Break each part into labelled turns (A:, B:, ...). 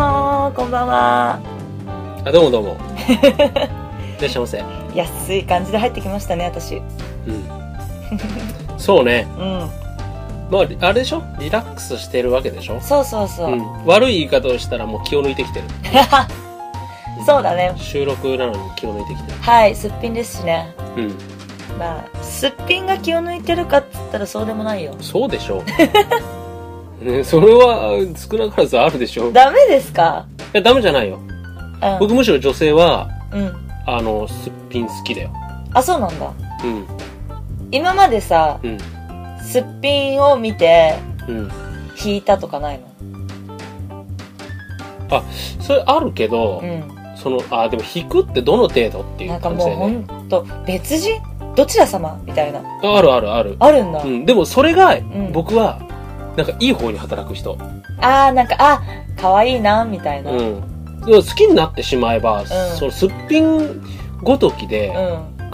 A: んばんは
B: あどうもどうもいらっしゃいませ
A: 安い感じで入ってきましたね私
B: うんそうね
A: うん
B: まあリあれでしょリラックスしてるわけでしょ、
A: そうそうそう、
B: うん、悪い言い方をしたらもう気を抜いてきてる
A: そうだね
B: 収録なのに気を抜いてきて
A: はいすっぴんですしね
B: るうん
A: まあすっぴんが気を抜いてるかっつったらそうでもないよ
B: そうでしょねそれは少なからずあるでしょい
A: ダメですか
B: やダメじゃないよ
A: うん
B: 僕むしろ女性は
A: うん
B: あのすっぴん好きだよ
A: あそうなんだ
B: うん
A: 今までさ
B: うん
A: すっぴんを見て
B: うん
A: 引いたとかないの
B: それあるけど、
A: う
B: そのあでも引くってどの程度って
A: ん
B: い
A: な
B: うん
A: か
B: 感じ
A: も
B: だ
A: う
B: よ
A: ほ
B: ね
A: んと別人どちら様みたいな
B: あるあるある
A: あるんだ、
B: うん、でもそれが
A: ん
B: 僕はなんかいい方に働く人、
A: ああなんかあ可愛いなみたいな
B: う
A: うん、
B: んでも好きになってしまえば、そのすっぴんごときで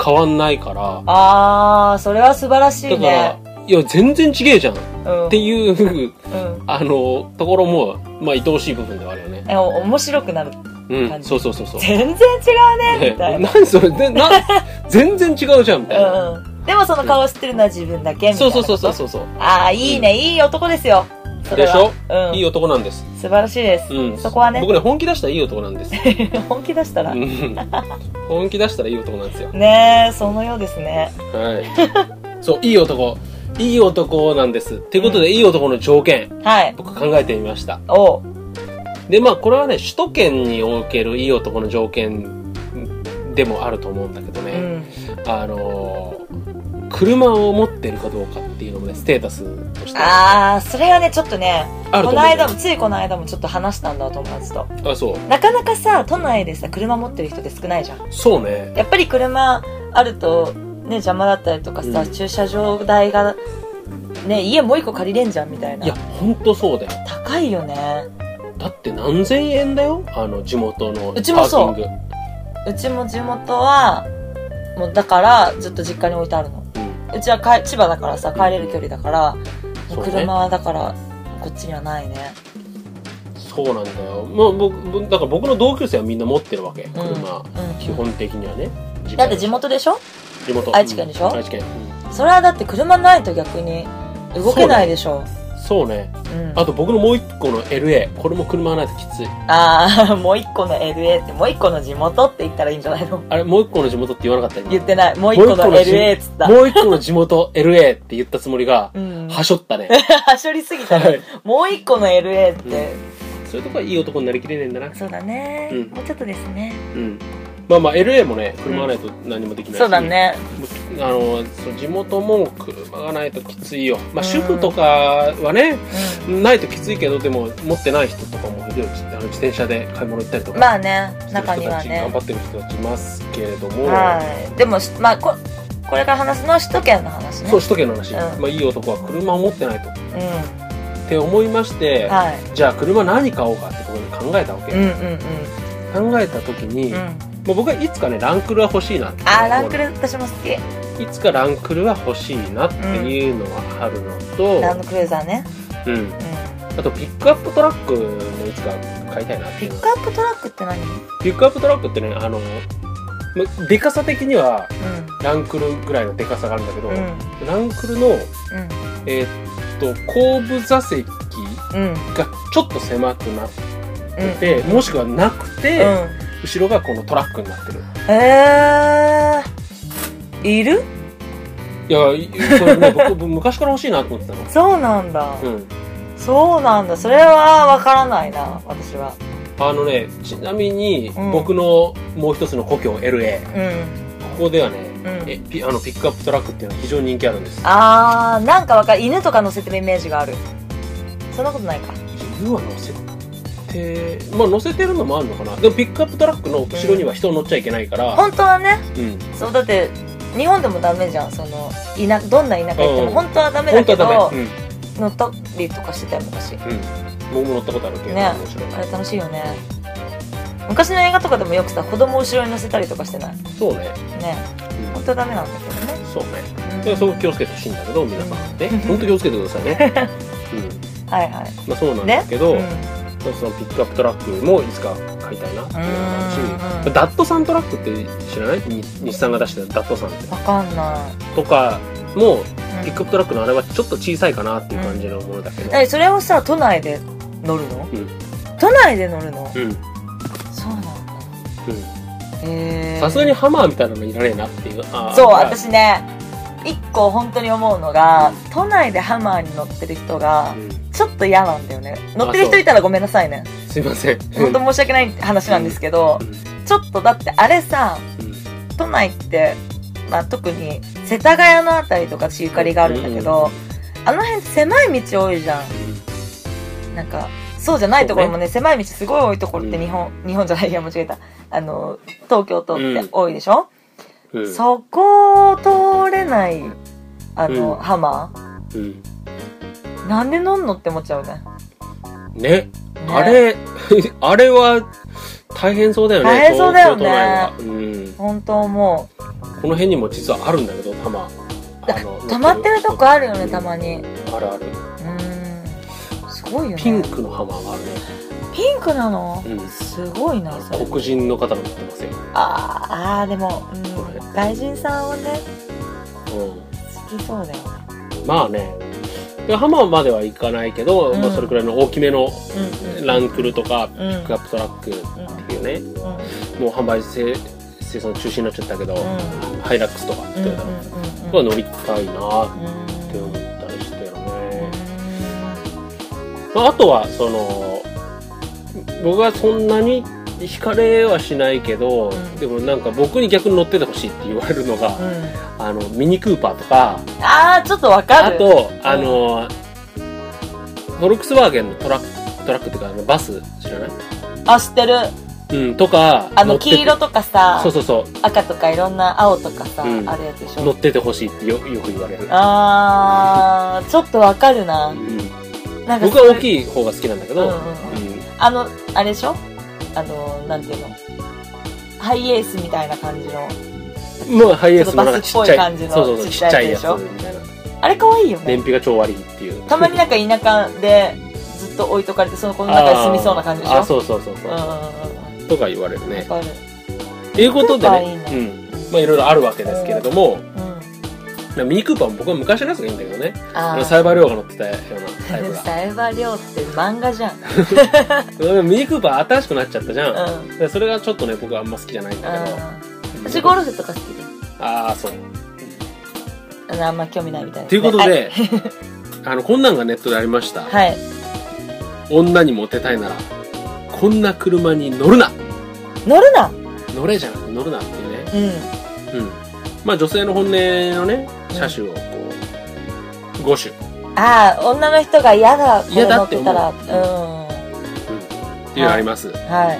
B: 変わんないから、
A: ああそれは素晴らしい
B: だから
A: ね
B: いや全然違えじゃんっ
A: うん
B: ていう
A: うん
B: あのところもまあ愛おしい部分ではあるよね
A: えお面白くなる
B: うん
A: 感じ
B: そうそうそうそう
A: 全然違うねみたいな
B: 何それで な全然違うじゃんみたいな、
A: うんうんでもその顔知ってるのは自分だけみたい
B: そう
A: な
B: そうそうそう
A: う
B: そうそう
A: ああいいね、いい男ですよそれ
B: でしょ
A: は、うん、
B: いい男なんです、
A: 素晴らしいです、
B: うん、
A: そこはね
B: 僕ね本気出したらいい男な んです
A: 本気出したら、
B: うん本気出したらいい男なんですよ
A: ねえそのようですね
B: はい。そう、いい男。いい男なんです。ってことで、いい男の条件、
A: はい
B: 僕考えてみました。
A: おう
B: で、まあ、これはね、首都圏におけるいい男の条件でもあると思うんだけど
A: う
B: ね、
A: ん
B: あのー車を持ってるかどうかっていうのもね、ステータスとしてあ
A: ああそれはねちょっとね
B: る
A: こ
B: と思うん
A: の
B: だよ
A: 間もついこの間もちょっと話したんだ友達と
B: あ、そう。
A: なかなかさ都内でさ車持ってる人って少ないじゃん
B: そうね。
A: やっぱり車あるとね邪魔だったりとかさ、
B: うん
A: 駐車場代がね家もう一個借りれんじゃんみたいない
B: や、ほんとそうだよ。
A: 高いよね
B: だって何千円だよあの、地元のパーキング。
A: うちもそううちも地元はもうだからずっと実家に置いてあるの
B: うん
A: うちはか千葉だからさ帰れる距離だから、
B: そうね
A: 車はだからこっちにはないね
B: そうなんだよ。まあ、僕、だから僕の同級生はみんな持ってるわけ。車。
A: うんうん
B: 基本的にはね
A: だって地元でしょ
B: 地元
A: 愛知県でしょ
B: うん愛知県、
A: それはだって車ないと逆に動けないでしょ
B: うんそうね
A: う、ん、
B: あと僕のもう一個の LA これも車ないときつい
A: ああ、 もう一個の LA って、もう一個の地元って言ったらいいんじゃないの
B: あれもう一個の地元って言わなかった
A: 言
B: 今
A: ってない。もう一個の
B: もう一個の地
A: LA っつった。
B: もう一個の地元 LA って言ったつもりが
A: うん。
B: はしょったね
A: はしょりすぎたね。
B: はい
A: もう一個の LA って。
B: そういうとこはいい男になりきれねえんだな
A: そうだね、
B: うん
A: もうちょっとですね。
B: うんまあまあ LA もね車がないと何もできないし
A: そうだね。
B: あのそう地元も車がないときついよまあ主婦とかはねないときついけどでも持ってない人とかもいるよあの自転車で買い物行ったりと
A: う
B: か
A: ん。まあね、
B: してる人
A: 中
B: たち
A: には
B: 頑
A: ね
B: 張。ってる人たちいますけれども、
A: はい。でもし、まあ、こ、これから話すのは首都圏の話ね。
B: そう首都圏の話、
A: うん
B: まあ、いい男は車を持ってない
A: うん。
B: とって思いまして、
A: はい。
B: じゃあ車何買おうかってことで考えたわけ、
A: うんうん
B: 考えた時に、
A: うん。う
B: も
A: ん。
B: う僕はいつかねランクルは欲しいなって
A: あー、ランクル、私も好き。
B: いつかランクルは欲しいなっていうのはあるのと、
A: ランドクルーザーね。
B: うん
A: うん。
B: あとピックアップトラックもいつか買いたいなって
A: ピ
B: いうの
A: ックアップトラックって何う
B: ピックアップトラックってねあのまでかさ的にはランクルぐらいのでかさがあるんだけど、
A: ん。うん。
B: ランクルのえーっと後部座席
A: うん。うん。
B: がちょっと狭くなっ
A: うん
B: て。て、もしくはなくて、
A: うん。
B: 後ろがこのトラックになってる
A: えー、いる
B: いやいそれね僕昔から欲しいなと思ってたの
A: そうなんだ、
B: うん
A: そうなんだそれはわからないな私は
B: あのねちなみに、
A: うん
B: 僕のもう一つの故郷 LA
A: うん
B: ここではね、
A: うん
B: えピあのピックアップトラックっていうのは非常に人気あるんです
A: あーなんかわかる犬とか乗せてるイメージがあるそんなことないか
B: 犬は乗せてまあ乗せてるのもあるのかなでもピックアップトラックの後ろには人乗っちゃいけないから、
A: 本当はね
B: うん
A: そうだって日本でもダメじゃんその田どんな田舎行って
B: うん
A: も本当はダメだ
B: 本当
A: け
B: は
A: ど、
B: ダメ、うん
A: 乗ったりとかしてたよ昔
B: うん、僕も乗ったことあるけど、
A: ね
B: 面白い
A: あれ楽しいよね昔の映画とかでもよくさ子供を後ろに乗せたりとかしてないね
B: そうね、
A: 本当はダメなんだけどね
B: うん、そうね
A: うん
B: だからそこ気をつけてほしいんだけど皆さんね
A: うん
B: 本当気をつけてくださいね、うん
A: はいはい
B: まあ、そうなんですけど、
A: うん
B: そのピックアップトラックもいつか買いたいなっていう
A: うん
B: 話
A: うん
B: ダットさんトラックって知らないに日産が出してたダットさんって
A: わかんない
B: とかも
A: うん
B: ピックアップトラックのあれはちょっと小さいかなっていう感じのものだけど、
A: えそれをさ都内で乗るの、
B: うん
A: 都内で乗るの、
B: うんうん
A: そうなんだへえ
B: さすがにハマーみたいなのいらねえなっていうあー
A: そう
B: まあ
A: 私ね一個本当に思うのが都内でハマーに乗ってる人が
B: うん
A: ちょっと嫌なんだよね乗ってる
B: あそ
A: 人
B: う
A: いたらごめんなさいね
B: すいません
A: 本当申し訳ない話なんですけど、ちょっとだってあれさ
B: うんうん
A: 都内って、まあ、特に世田谷のあたりとかちゆかりがあるんだけど、あの辺狭い道多いじゃんなんかそうじゃないところもね狭い道すごい多いところって日本、日本じゃないいや間違えたあの東京都って多いでしょ、
B: うんうん
A: そこを通れないあの、
B: うん
A: ハマ
B: うん
A: ーなんで乗んのって思っちゃうね
B: ね
A: ね
B: あれ あれは大変そうだよね
A: 大変そうだよね
B: 東京都内は
A: 本当も
B: うん、この辺にも実はあるんだけどたま
A: だ溜まってるとこあるよねたまにう
B: あるある
A: ーんすごいよね
B: ピンクのハマーがあるね
A: ピンクなの、
B: うん
A: すごいなそれ
B: 黒人の方も乗ってますよ、
A: あーあーでも、
B: これ
A: うん、外人さんはね
B: う
A: 好きそうだよね
B: ん、まあねでハマーまではいかないけど、
A: うん
B: まあ、それくらいの大きめの
A: うん
B: ランクルとかピ
A: うんうん
B: ックアップトラックっていうね、
A: うん
B: もう販売生生産中止になっちゃったけど、
A: う
B: ハイラックスとかって
A: うん
B: いう
A: んう
B: うのは
A: ん
B: 乗りた
A: う
B: いなっ
A: ん
B: て思ったりしてるね、
A: う
B: まあ、あとはその僕はそんなに惹かれはしないけど、
A: うん
B: でもなんか僕に逆に乗っててほしいって言われるのが、
A: んうん
B: あのミニクーパーとか
A: ああちょっとわか
B: あ
A: る
B: とあのフォルクスワーゲンのトラックトラックっていうかあのバス知らない、
A: あ知ってる
B: うん、とか
A: あの
B: 乗って
A: 黄色とかさ
B: そうそうそ
A: 赤とかいろんな青とかさ、
B: うん
A: あるやつでし
B: う乗
A: ょ
B: っててほしいってよよく言われる
A: あーちょっとわかるな
B: うん
A: なんか
B: 僕は大
A: い
B: きい方が好きなんだけ
A: うん
B: ど、
A: う
B: うん
A: んうん、あのあれでしょあのなんていうのハイエースみたいな感じの
B: もうハイエースのなんかち
A: ちょ
B: っ
A: っとバスっぽい
B: ちゃい
A: 感じの
B: そうそうそう
A: ち
B: ち
A: っ
B: っ
A: ち
B: ち
A: ゃ
B: ゃ
A: い
B: い
A: や
B: や
A: つ
B: つ
A: でしょ
B: みたいな
A: あれかわいいよ
B: 燃
A: ね
B: 費が超悪いっていう
A: たまになんか田舎でずっと置いとかれてその子の中に住みそうな感じでしょ
B: あーそうそうそう
A: う
B: そ
A: んうんう
B: う、
A: んうん
B: とか言われる
A: わ
B: ね
A: かる
B: ということで
A: ミニク
B: ね
A: ーパーい
B: うんまあいろいろあるわけですけれども、
A: うん
B: ミニクーパーも僕は昔のやつがいいんだけどねあ
A: あ
B: の
A: ー
B: サイバー量が乗ってたようなタイプが
A: サイバー量って漫画 じゃんうん
B: うんミニクーパー新しくなっちゃったじゃん、
A: うん
B: でそれがちょっとね僕はあんま好きじゃないんだけど
A: 私ゴルフとか好きで
B: ああそう
A: あのあんま興味ないみたいな
B: ということ
A: はい
B: で、 あのこんなんがネットでありました、
A: はい
B: 女にモテたいならこんな車に乗るな
A: 乗るな
B: 乗れじゃなくて乗るなっていうね
A: うん
B: うんまあ女性の本音のね車種をこう5種、
A: ああ女の人が嫌だこれ
B: 嫌だ
A: 乗っ
B: って
A: て
B: 思
A: た
B: う
A: らうん
B: っていうのがあります、
A: はい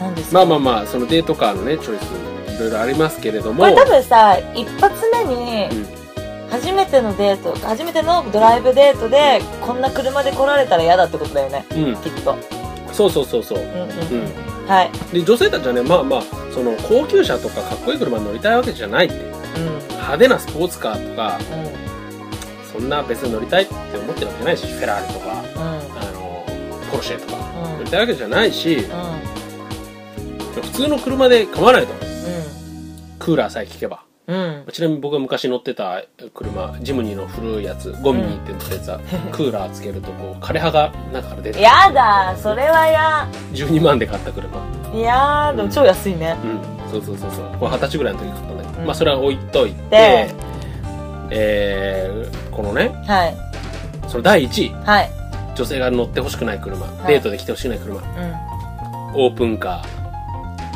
A: なんです
B: まあまあ
A: あ
B: まあそのデートカーのねチョイスいろいろありますけれども
A: これ多分さ一発目に
B: うん
A: 初めてのデート初めてのドライブデートでこんな車で来られたら嫌だってことだよね
B: うん
A: きっと
B: そうそうそうそう
A: うんうん
B: う
A: うん
B: ん
A: はい
B: で女性たちはねまあまあその高級車とかかっこいい車に乗りたいわけじゃないって
A: うん
B: 派手なスポーツカーとか
A: うん
B: そんな別に乗りたいって思ってるわけじゃないしフェラーリとか
A: うん
B: あのポルシェとか
A: うん
B: 乗りたいわけじゃないし
A: うん
B: 普通の車で構わないと
A: う
B: クーラーさえ効けば
A: んうん
B: ちなみに僕が昔乗ってた車ジムニーの古いやつゴミに行って乗った やつは、クーラーつけるとこう枯れ葉が中から出て
A: やだそれはや
B: 12万で買った車
A: いやーでも超安いね
B: うんそうそうそうそうこれ二十歳ぐらいの時に買ったんだけど、
A: うん
B: まあそれは置いとい
A: で
B: てえー、このね
A: はい
B: その第1位
A: はい
B: 女性が乗ってほしくない車、
A: い
B: デートで来てほしくない車
A: うん
B: オープンカ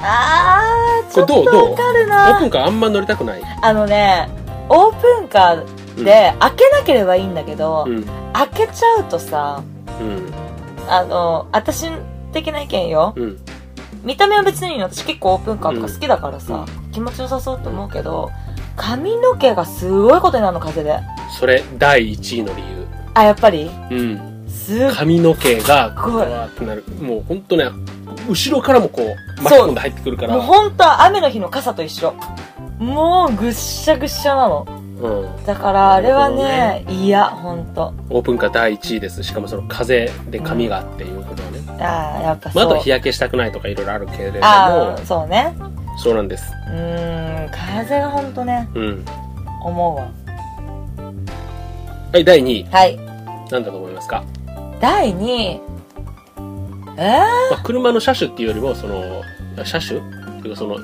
A: あーちょっと
B: これどう
A: わかる
B: ーオー
A: な
B: プンカーあんま乗りたくない
A: あのねオープンカーで開けなければいいんだけど、
B: うん
A: 開けちゃうとさ
B: うん
A: あの私的な意見よ
B: うん
A: 見た目は別にいいの私結構オープンカーとか好きだからさ、気持ちよさそうと思うけど髪の毛がすごいことになるの風で
B: それ第1位の理
A: あやっぱり
B: 由うん
A: すっ
B: 髪の毛が
A: すごい
B: こうやってなるもう本当ね後ろからもこう巻き込んで入ってくるから
A: もうほんと雨の日の傘と一緒もうぐっしゃぐっしゃなの
B: うん、
A: だからあれは
B: な
A: ねいやほんと
B: オープンカー第1位ですしかもその風で髪がっていうことはね、
A: ああ、やっぱそ
B: ま
A: う。
B: あ、あと日焼けしたくないとかいろいろあるけれど
A: ああ、
B: も
A: そうね。
B: そうなんです
A: うーん、風がほんとね、
B: うん
A: 思うわ。
B: はい第2位
A: はい。
B: なんだと思いますか、
A: 第2位。え
B: まあ、車の車種っていうよりもその車種っていうかその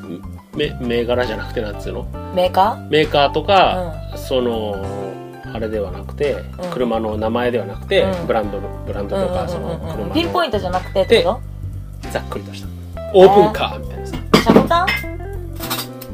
B: め銘柄じゃなくてなんつうの
A: ー、メーカ
B: メーカーとか、そのあれではなくて、
A: うん
B: 車の名前ではなくて、
A: うん
B: ブランドのブランドとか、その
A: ー
B: 車の
A: ピンポイントじゃなくてってこ
B: ざっくりとしたオープンカーみたいなさ
A: とシャコタン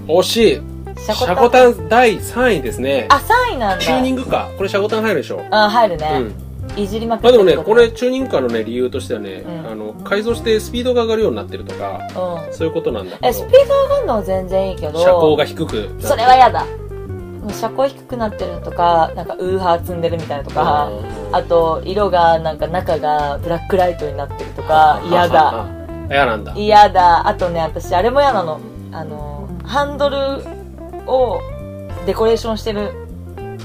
B: 惜しい
A: シ
B: シ
A: ャコタン
B: ャコタン第3位ですね
A: あ、3位なんだ。
B: チューニングカーこれシャコタン入るでしょう
A: あ、入るね。
B: ん
A: いじりまく
B: まあ
A: っ
B: で
A: て
B: も
A: る
B: ね
A: って
B: これチューニングカーのね理由としてはね、
A: うん
B: あの改造してスピードが上がるようになってるとか
A: うん。
B: そういうことなんだけ
A: え、
B: ど
A: スピード上がるのは全然いいけど。
B: 車高が低く
A: それは嫌だ。もう車高低くなってるとか、なんかウーハー積んでるみたいなとか、
B: うん
A: あと、色が、なんか中がブラックライトになってるとか、嫌だ。
B: あ嫌なんだ
A: 嫌だ。あとね、私、あれも嫌なの。あの、ハンドルをデコレーションしてる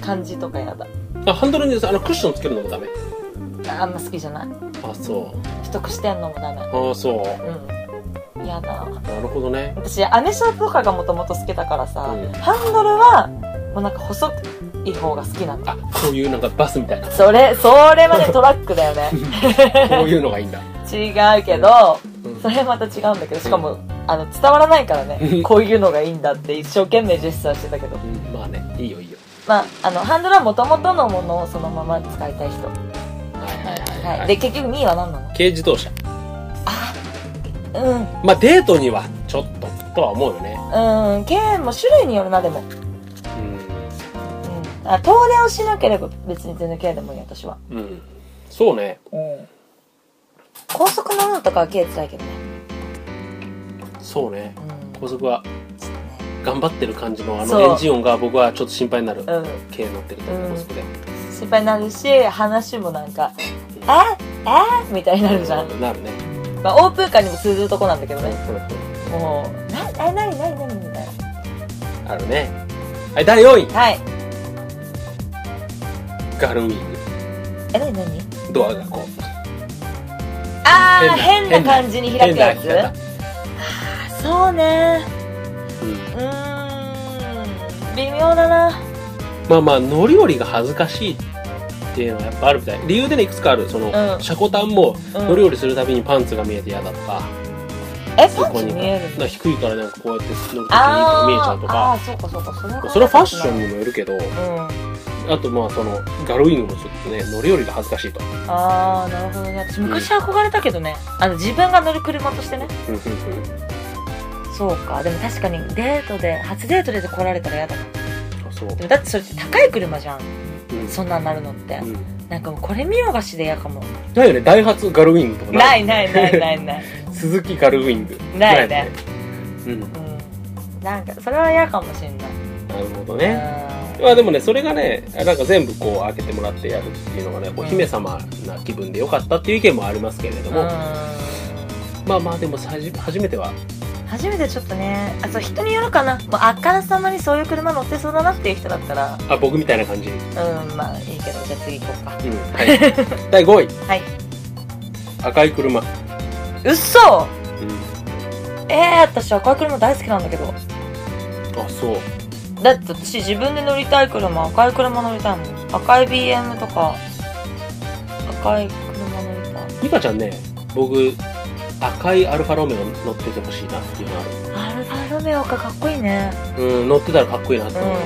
A: 感じとか嫌だ。
B: あハンドルにあのクッションつけるのもダメ
A: あんま好きじゃない。
B: あそう
A: 太くしてんのもダメ。
B: あそ
A: う
B: う
A: ん。嫌だ。
B: なるほどね
A: 私、アメ車とかがもともと好きだからさ、
B: うん
A: ハンドルは、もうなんか細い方が好きなの。
B: あこういうなんかバスみたいな
A: それ、それまでトラックだよね。
B: こういうのがいいんだ、
A: 違うけど、
B: うん
A: それまた違うんだけど、しかも、あの、伝わらないから
B: うん
A: ね、こういうのがいいんだって一生懸命ジェスチャーしてたけど。
B: うんまあねいいよいいよ
A: まあ、あの、ハンドルは元々のものをそのまま使いたい人。
B: はいはいはい、は
A: はいい。で、結局2位は何なの
B: 軽自動車
A: うん。
B: まあデートにはちょっととは思うよね
A: うん、剣も種類によるな、でも。うん。あ、遠出をしなければ別に全然剣でもいい、私は。
B: うん、うん、そうね
A: うん。高速乗るのとかは剣使いけどね。
B: そうね
A: うん。
B: 高速は頑張ってる感じのあの
A: そう
B: エンジン音が僕はちょっと心配になる
A: うん。
B: 軽乗ってると
A: うん
B: 高速で
A: 心配になるし、話もなんか、あえみたいになるじゃん。
B: なるね
A: まあ、オープンカーにも通ずるとこなんだけど
B: うん
A: ね。
B: うん
A: もう、な、え、なになになにみたい
B: あるねはい第4位
A: な。はい。
B: ガルウィング
A: え、なになに
B: ドアがこう
A: あー、
B: 変
A: 変
B: な
A: な感じに開くやつ
B: 変な開き
A: あそうね。
B: 方うん
A: うーん、微妙だな。
B: まあまあ乗り降りが恥ずかしいっていうのはやっぱあるみたい理由でねいくつかあるその、
A: うん
B: 車庫端も
A: うん
B: 乗り降りするたびにパンツが見えて嫌だとか、
A: え、
B: そ
A: パ
B: こ
A: ン
B: に
A: チ見える
B: なんか低いからなんかこうやって乗るとき
A: あー
B: に見えちゃうと
A: あー、
B: か
A: そうかそうか。それ
B: それはファッション
A: ン。
B: にもよるけど
A: うん。
B: あとまあそのガルウィングもちょっとね乗り降りが恥ずかしいと、
A: あー、なるほどね。私昔憧れたけどね。あの、自分が乗る車としてね。そうか。でも確かにデートで、初デートで来られたら嫌だな。
B: あそう、
A: でもだってそれって高い車じゃん。
B: うん
A: そんなんなるのって。
B: うん
A: なんかもうこれ見よがしで嫌かも。
B: ないよねダイハツガルウィングとか
A: ないないないないない。
B: 鈴木ガルウィング
A: ないね
B: ないよね
A: うん。なんか、それは嫌かもしんない。
B: うんなるほど
A: う
B: ね
A: ん
B: まあでもねそれがねなんか全部こう開けてもらってやるっていうのがねお姫様な気分でよかったっていう意見もありますけれども、
A: うん
B: まあまあでもさじ初めては
A: 初めてちょっとねあそう人によるかなもうあからさまにそういう車乗ってそうだなっていう人だったら
B: あ僕みたいな感じ、うん
A: うんまあいいけどじゃあ次行こうか
B: はい 第5位
A: はい
B: 赤い車、
A: うっそええ私赤い車大好きなんだけど
B: あそう
A: だって私自分で乗りたい車赤い車乗りたいもん赤い BM とか赤い車乗りたい
B: 美香ちゃんね僕赤いアルファロメオ乗っててほしいなっていうのあ
A: アルファロメオかかっこいいね
B: るうん乗ってたらかっこいいなって
A: う
B: 思う、
A: ん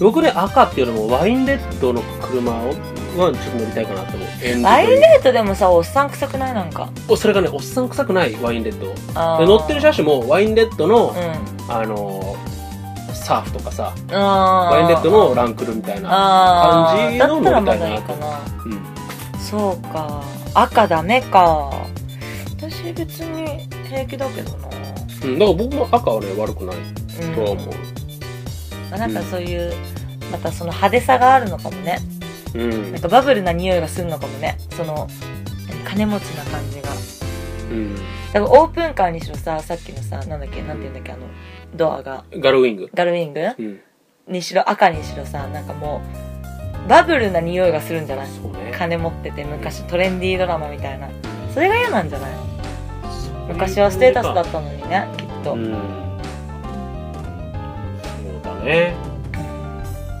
B: 僕ね赤っていうよりもワインレッドの車をはちょっと乗りたいかなって思うエン
A: ワイン
B: レ
A: デートでもさおっさん臭くないなんか
B: ッドそれがねおっさん臭くないワインレッドで
A: あー
B: 乗ってる車種もワインレッドの、
A: うん
B: あのーサーフとかさワ
A: ワ
B: インレッドのランクルみたいな、
A: あー
B: 感じの乗りたいな
A: だったらまだいいかな
B: うん、
A: そうか赤ダメか私別に平気だけどな
B: うん、だから僕も赤はね悪くないとは
A: うん
B: 思
A: まあなんかそういう、またその派手さがあるのかもね
B: ううん
A: なんかバブルな匂いがするのかもねその金持ちな感じが
B: うん
A: だからオープンカーにしろささっきのさなんだっけなんて言うんだっけあのドアが
B: ガルウィング
A: ガルウィング
B: うん
A: にしろ赤にしろさなんかもうバブルな匂いがするんじゃない
B: そうね
A: 金持ってて昔トレンディードラマみたいなそれが嫌なんじゃない昔はステータスだったのにねきっと、
B: うんそうだね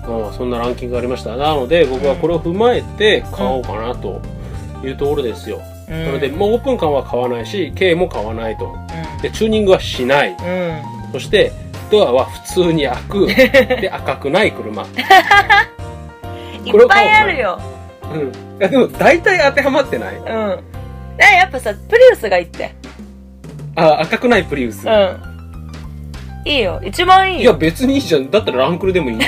B: まあそんなランキングがありましたなので僕はこれを踏まえて買おうかなというところですよ、
A: うん
B: なのでもうオープンカーは買わないし K も買わないとでチューニングはしない
A: うん、うん
B: そしてドアは普通に開 くで赤くない車
A: い
B: これ
A: っ
B: を
A: ぱ
B: 買おう
A: いあるよ
B: うんいやでも大体当てはまってない
A: うんだからやっぱさプリウスがいいって
B: あ赤くないプリウス、
A: うんいいよ一番いい
B: いや
A: よ
B: 別にいいじゃんだったらランクルでも いいよ
A: い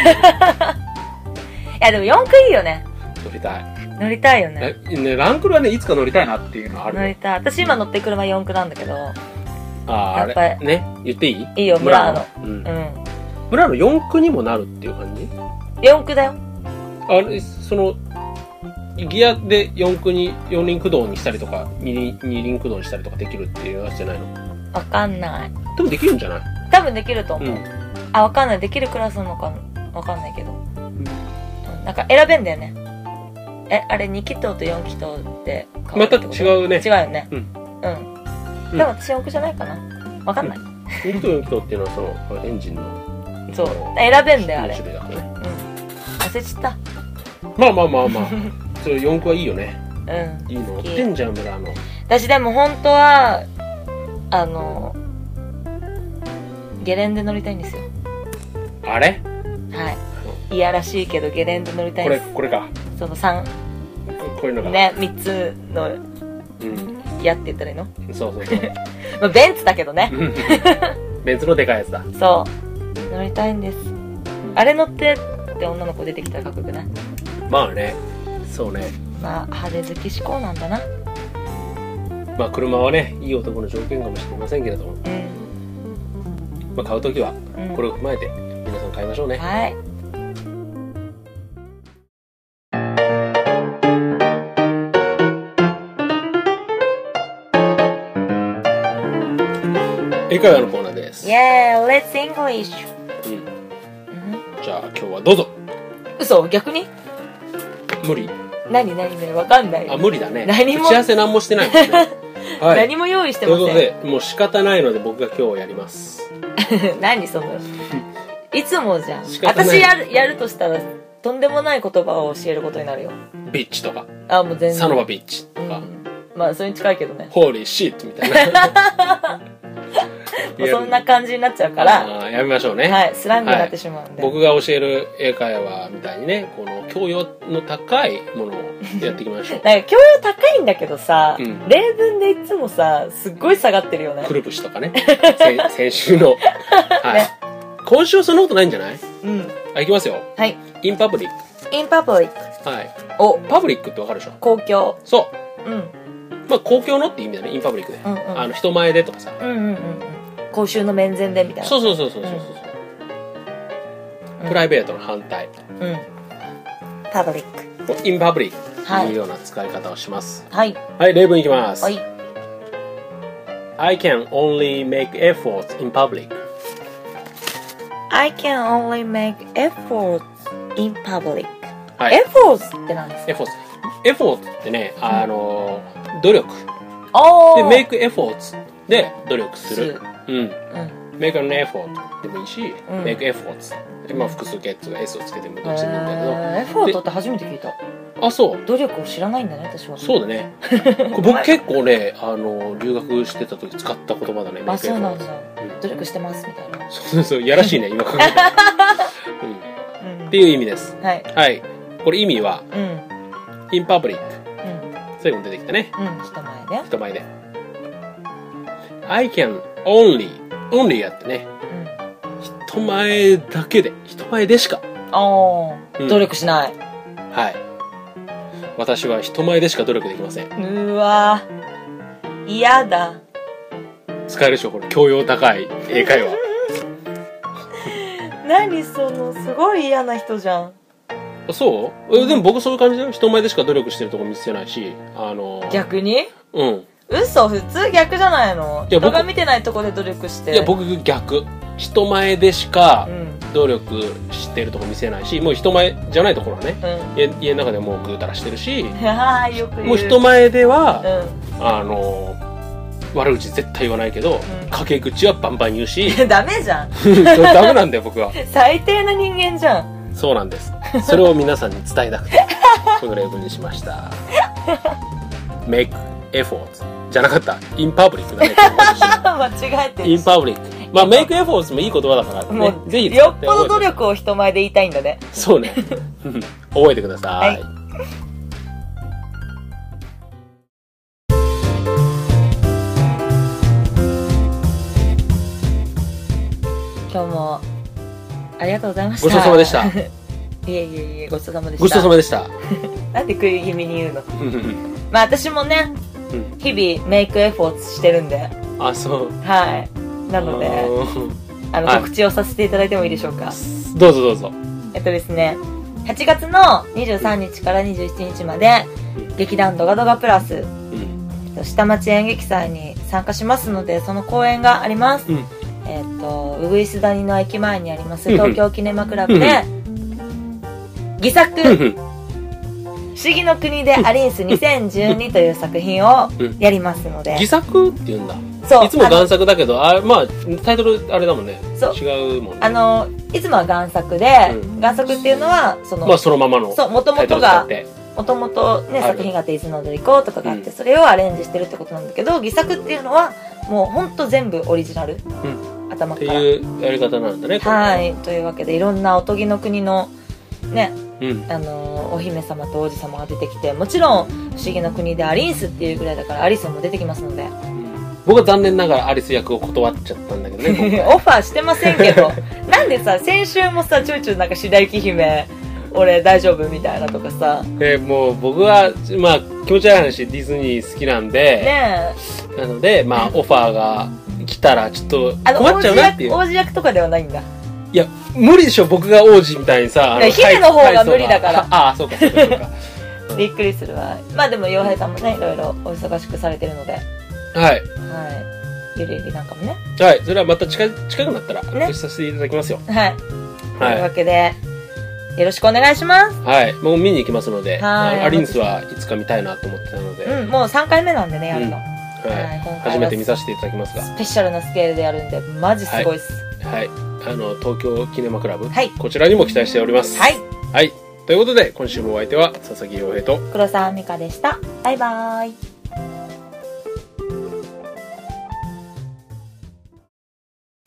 A: やでも四駆いいよね
B: 乗りたい
A: 乗りたいよね
B: えねランクルはねいつか乗りたいなっていうのはあるよ
A: 乗りたい私今乗ってる車四駆なんだけど
B: あーあれ
A: やっぱ
B: ね言っていい
A: いいよ
B: ノ、うん
A: うん
B: 村野四駆にもなるっていう感じ
A: 四駆だよ
B: あれそのギアで四駆に四輪駆動にしたりとか二輪二輪駆動にしたりとかできるっていうやつじゃないの
A: わかんない
B: でもできるんじゃない
A: 多分できると思う、
B: う
A: あわかんないできるクラスなのかわかんないけど、うんなんか選べんだよねえあれ2気筒と4気筒で変わるってこと
B: また違うね
A: 違うよね
B: うん
A: うん、
B: うん
A: でも私四駆じゃないかなわかんない、
B: ん二駆動四駆動っていうのはそのあのエンジンの
A: そう選べんだよあ
B: 種
A: れ
B: 類だからね
A: 焦っちゃった
B: まあまあまあ まあそれ四駆はいいよね
A: うん
B: いいの乗
A: 好
B: っ
A: き
B: てんじゃん村野
A: 私でも本当はあのゲレンデ乗りたいんですよ
B: あれ
A: はいいやらしいけどゲレンデ乗りたい
B: こ
A: んで
B: れ
A: す
B: これか
A: その3
B: ここういうのが
A: ね3つの
B: うん
A: 嫌って言ったらいいの、
B: そうそう そう
A: まあ、ベンツだけどね
B: うんベンツのでかいやつだ
A: そう乗りたいんですあれ乗ってって女の子出てきたらかっこよくない
B: まあねそうね
A: まあ派手好き志向なんだな
B: まあ車はねいい男の条件かもしれませんけれども、
A: うん、
B: まあ、買う時は
A: うん、
B: これを踏まえて皆さん買いましょうね、
A: はい
B: 英会話のコーナーです
A: イエーイ Let's English、
B: う
A: う
B: ん
A: ん、
B: じゃあ今日はどうぞ
A: 嘘逆に
B: 無理
A: 何何何わかんない
B: あ無理だね
A: 何も
B: 打ち合わせ何もしてないもん ねはい
A: 何も用意して
B: という
A: ま
B: こと
A: せ
B: でもう仕方ないので僕が今日やります
A: ん 何そのいつもじゃん
B: 仕方ない
A: 私やるやるとしたらとんでもない言葉を教えることになるよ
B: ビッチとか
A: あもう全然
B: サノバビッチと
A: う
B: か、
A: ん、まあそれに近いけどね
B: ホーリーシットみたいな
A: もうそんな感じになっちゃうから、
B: あーやめましょうね、
A: はい、スラングになってしまうんで、
B: 僕が教える英会話みたいにねこの教養の高いものをやっていき ましょう
A: なんか教養高いんだけどさ、
B: うん
A: 例文でいつもさすっごい下がってるよね
B: くるぶしとかね先先 週の、はい
A: ね
B: 今週はそんなことないんじゃない
A: うん
B: あいきますよ
A: はい
B: インパブリッ
A: in public
B: クはい
A: お
B: パブリックってわかるでしょ
A: 公共
B: そ
A: うん
B: うまあ公共のって意味だねインパブリックで、
A: うんうん
B: あの人前でとかさ、
A: うんうんうんうん公衆の面前でみたいな
B: そううそうそうそうそうそう、
A: うん
B: プライベートの反対
A: うん public
B: インパブリックと
A: はい
B: いうような使い方をします
A: はい
B: はい例文いきます、
A: はい
B: I can only make efforts in public
A: I can only make efforts in public、
B: はい
A: efforts って何ですか
B: エフォーツエフォーツってねあの努力
A: お
B: で
A: ー
B: make efforts で努力す
A: す
B: る
A: る
B: うん
A: うん、
B: make an effort でもいいし、
A: ん
B: make efforts でまあ複数形とか S をつけても
A: え
B: どっちでもいいんだ
A: ー、エフォートって初めて聞いた
B: けどあそう
A: 努力を知らないんだね私は
B: そう だねこれ僕結構ねあの留学してた時使った言葉だね
A: あそうなんだ
B: make efforts
A: 努力してますみたいな
B: そうそうそうやらしいね今考え たら、うん、
A: うん
B: っていう意味です
A: はい
B: はいこれ意味は
A: うん
B: in public
A: うん
B: 最後に出てきたね
A: うん、人前ね。
B: 人前で I can only only やってね
A: う
B: 人前だけで人前でしか
A: ん。おー、
B: うん
A: 努力しない。
B: はい私は人前でしか努力できません
A: うわー、嫌だ。
B: 使えるでしょこれ教養高い英会 話
A: 何その、すごい嫌な人じゃん。
B: あそうえでも僕そういう感じだよ人前でしか努力してるとこ見せてないしあの
A: 逆に
B: うん
A: 嘘、普通逆じゃないの
B: いや
A: 人
B: 僕
A: が見てないとこで努力して。
B: いや。僕逆人前でしか
A: うん。うん。
B: 努力してるとこ見せないしもう人前じゃない ところはね家家の中でもうぐうたらしてるし
A: ははよく言う。
B: もう人前では
A: う
B: あの悪口絶対言わないけど、
A: うん
B: 陰口はバンバン言 うし
A: ダメじゃん
B: それダメなんだよ 僕は
A: 最低な人間じゃん
B: そうなんですそれを皆さんに伝えなくてこの例文にしました make efforts じゃなかった in public だね
A: 間違えてる
B: in public まあ make efforts もいい言葉だから、
A: も
B: ね、
A: う、
B: ぜひ使
A: よ
B: っ
A: ってぽど努
B: 覚えて
A: 力を人前で言いたいんだね
B: そうね覚えてください、
A: はい今日もありがとうござ いました
B: ごちそうさまでした
A: いえいえいえごちそうさまでした
B: ごちそうさま でした
A: なんで食い気味に言うの
B: うん
A: まあ私もね日々メイクエフォーツしてるんで
B: あそう
A: はいなのであの
B: はい
A: 告知をさせていただいてもいいでしょうか
B: どうぞどうぞ
A: えっとですね8月の23日から27日まで劇団ドガドガプラス
B: うん
A: 下町演劇祭に参加しますのでその公演があります、
B: うん
A: えっ、とウグイス谷の駅前にあります
B: うんうん
A: 東京キネマクラブで偽作
B: う
A: 「
B: ん
A: 不思議の国でアリンス2012」という作品を
B: うん
A: やりますので
B: 偽作って言うんだ
A: そう
B: いつも
A: あの
B: 贋作だけどあまあタイトルあれだもんね
A: そう
B: 違うもんね
A: あのいつもは贋作で、
B: うん
A: 贋作っていうのはその、
B: まあそのままの
A: そう元
B: タイト
A: 々
B: ル使っ
A: が
B: て
A: 元々ね
B: ある
A: 作品があって「伊豆の踊り子」とかがあっ
B: う
A: てそれをアレンジしてるってことなんだけど偽作っていうのはもうほんと全部オリジナル、頭
B: っ
A: か
B: て
A: ら
B: いうやり方なんだねこれ
A: はい、というわけでいろんなおとぎの国のね、
B: うん
A: あのーお姫様と王子様が出てきてもちろん「不思議の国」でアリンスっていうぐらいだからアリスも出てきますので
B: 僕は残念ながらアリス役を断っちゃったんだけど
A: オフ
B: ね
A: ァーしてませんけどなんでさ先週もさちょいちょいなんか「白雪姫俺大丈夫?」みたいなとかさ
B: 僕えーもう僕はまあ気持ち悪い話ディズニー好きなんで
A: ねえ
B: なのでまあオファーが来たらちょっと
A: あの
B: 困っ
A: 王
B: ちゃ
A: 子
B: うなってい
A: 役
B: う
A: 王子役とかではないんだ
B: いや無理でしょ僕が王子みたいにさあ
A: いや姫の方が無理だから
B: 体操がああそうかそうかそうか うん
A: びっくりするわまあでも洋平さんもねいろいろお忙しくされてるので
B: はい
A: はいゆりゆりなんかもね
B: はい、それはまた近近くなったら、お
A: ね
B: 話しさせていただきますよ。
A: はいと
B: は
A: いうわ
B: い。
A: けでよろしくお願いします
B: はい。もう見に行きますので、
A: はい
B: あのアリンスはいつか見たいなと思ってたので、
A: うん、もう3回目なんでね、やるの。
B: う
A: は
B: はい。
A: 今回はい
B: 初めて見させていただきますが、
A: スペシャルなスケールでやるんで、マジすごいっす。
B: はい。あの、東京キネマクラブ、
A: はい
B: こちらにも期待しております。
A: はい。
B: はい。ということで、今週もお相手は、佐々木洋平と、
A: 黒沢美香でした。バイバーイ。